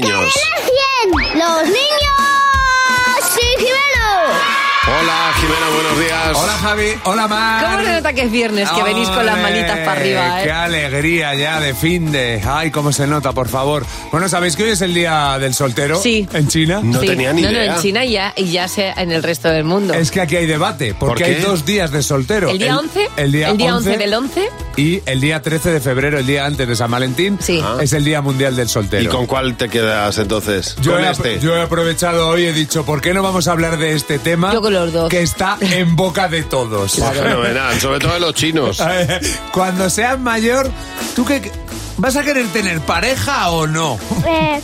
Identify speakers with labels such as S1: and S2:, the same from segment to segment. S1: niños.
S2: ¡Los niños! ¡Sí,
S1: Hola Jimena, buenos días.
S3: Hola Javi, hola Mar.
S4: ¿Cómo se nota que es viernes, que venís con las
S3: ¡Ole!
S4: manitas para arriba, eh?
S3: Qué alegría ya de fin de. Ay, cómo se nota, por favor. Bueno, ¿sabéis que hoy es el día del soltero?
S4: Sí.
S3: En China.
S1: No
S4: Sí.
S1: tenía ni
S4: no,
S1: idea.
S4: No, en China ya, y ya sea en el resto del mundo.
S3: Es que aquí hay debate,
S1: ¿Por
S3: porque
S1: qué?
S3: hay dos días de soltero.
S4: ¿El día 11?
S3: El día,
S4: ¿El día 11 del 11?
S3: Y el día 13 de febrero, el día antes de San Valentín,
S4: Sí. Ah.
S3: es el Día Mundial del Soltero.
S1: ¿Y con cuál te quedas entonces?
S3: Yo
S1: con
S3: he, ap-
S1: este.
S3: yo he aprovechado hoy, he dicho, ¿por qué no vamos a hablar de este tema?
S4: Yo con los dos.
S3: Que está en boca de todos.
S1: Fenomenal, sobre todo de los chinos.
S3: A ver, Cuando seas mayor, ¿tú qué vas a querer tener pareja o no?
S5: Pues,
S2: Eh,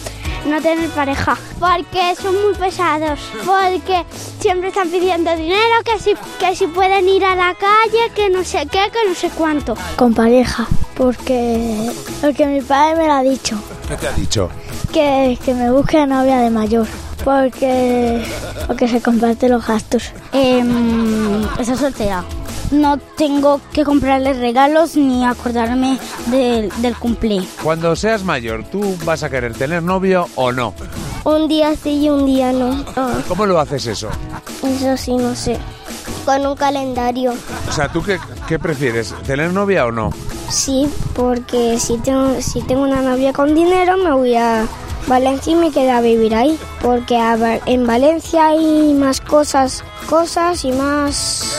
S2: no tener pareja. Porque son muy pesados. Porque siempre están pidiendo dinero, que si, que si pueden ir a la calle, que no sé qué, que no sé cuánto.
S5: Con pareja, porque, porque mi padre me lo ha dicho,
S3: ¿Qué te ha dicho?
S5: que, que me busque novia de mayor, porque, porque se comparte los gastos. Em,
S6: Esa soltera. No tengo que comprarle regalos ni acordarme del, del cumple.
S3: Cuando seas mayor, ¿tú vas a querer tener novio o no?
S5: Un día sí y un día no.
S3: ¿Cómo lo haces eso?
S5: Oh, eso sí, no sé. Con un calendario.
S3: O sea, ¿tú qué, qué prefieres? ¿Tener novia o no?
S5: Sí, porque si tengo, si tengo una novia con dinero me voy a Valencia y me quedo a vivir ahí, porque a Va- en Valencia hay más cosas, cosas y más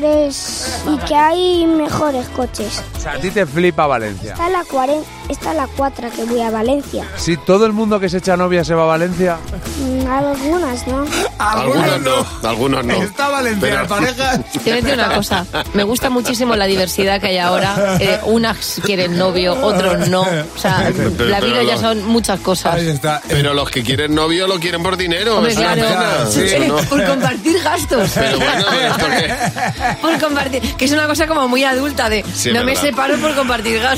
S5: bares y que hay mejores coches.
S3: O sea, a ti te flipa Valencia.
S5: Está la, cuaren- está la cuatra que voy a Valencia.
S3: Si todo el mundo que se echa novia se va a Valencia.
S5: Mm, Algunas, ¿no?
S1: Algunos no, algunos no.
S3: Está Valencia,
S1: Pero-
S3: pareja.
S4: Te voy a decir una cosa. Me gusta muchísimo la diversidad que hay ahora. Eh, unas quieren novio, otros no. O sea,
S1: Pero- pero-
S4: la vida
S1: pero
S4: ya
S1: no.
S4: son muchas cosas.
S3: Ahí está.
S1: Pero los que quieren novio lo quieren por dinero.
S4: Hombre,
S1: eso no
S4: claro.
S1: pasa,
S3: sí.
S1: eso no.
S4: Por compartir gastos.
S1: Pero bueno, ¿esto qué?
S4: Por compartir. Que es una cosa como muy adulta de
S1: Sí,
S4: no me
S1: verdad.
S4: separo por compartir gastos.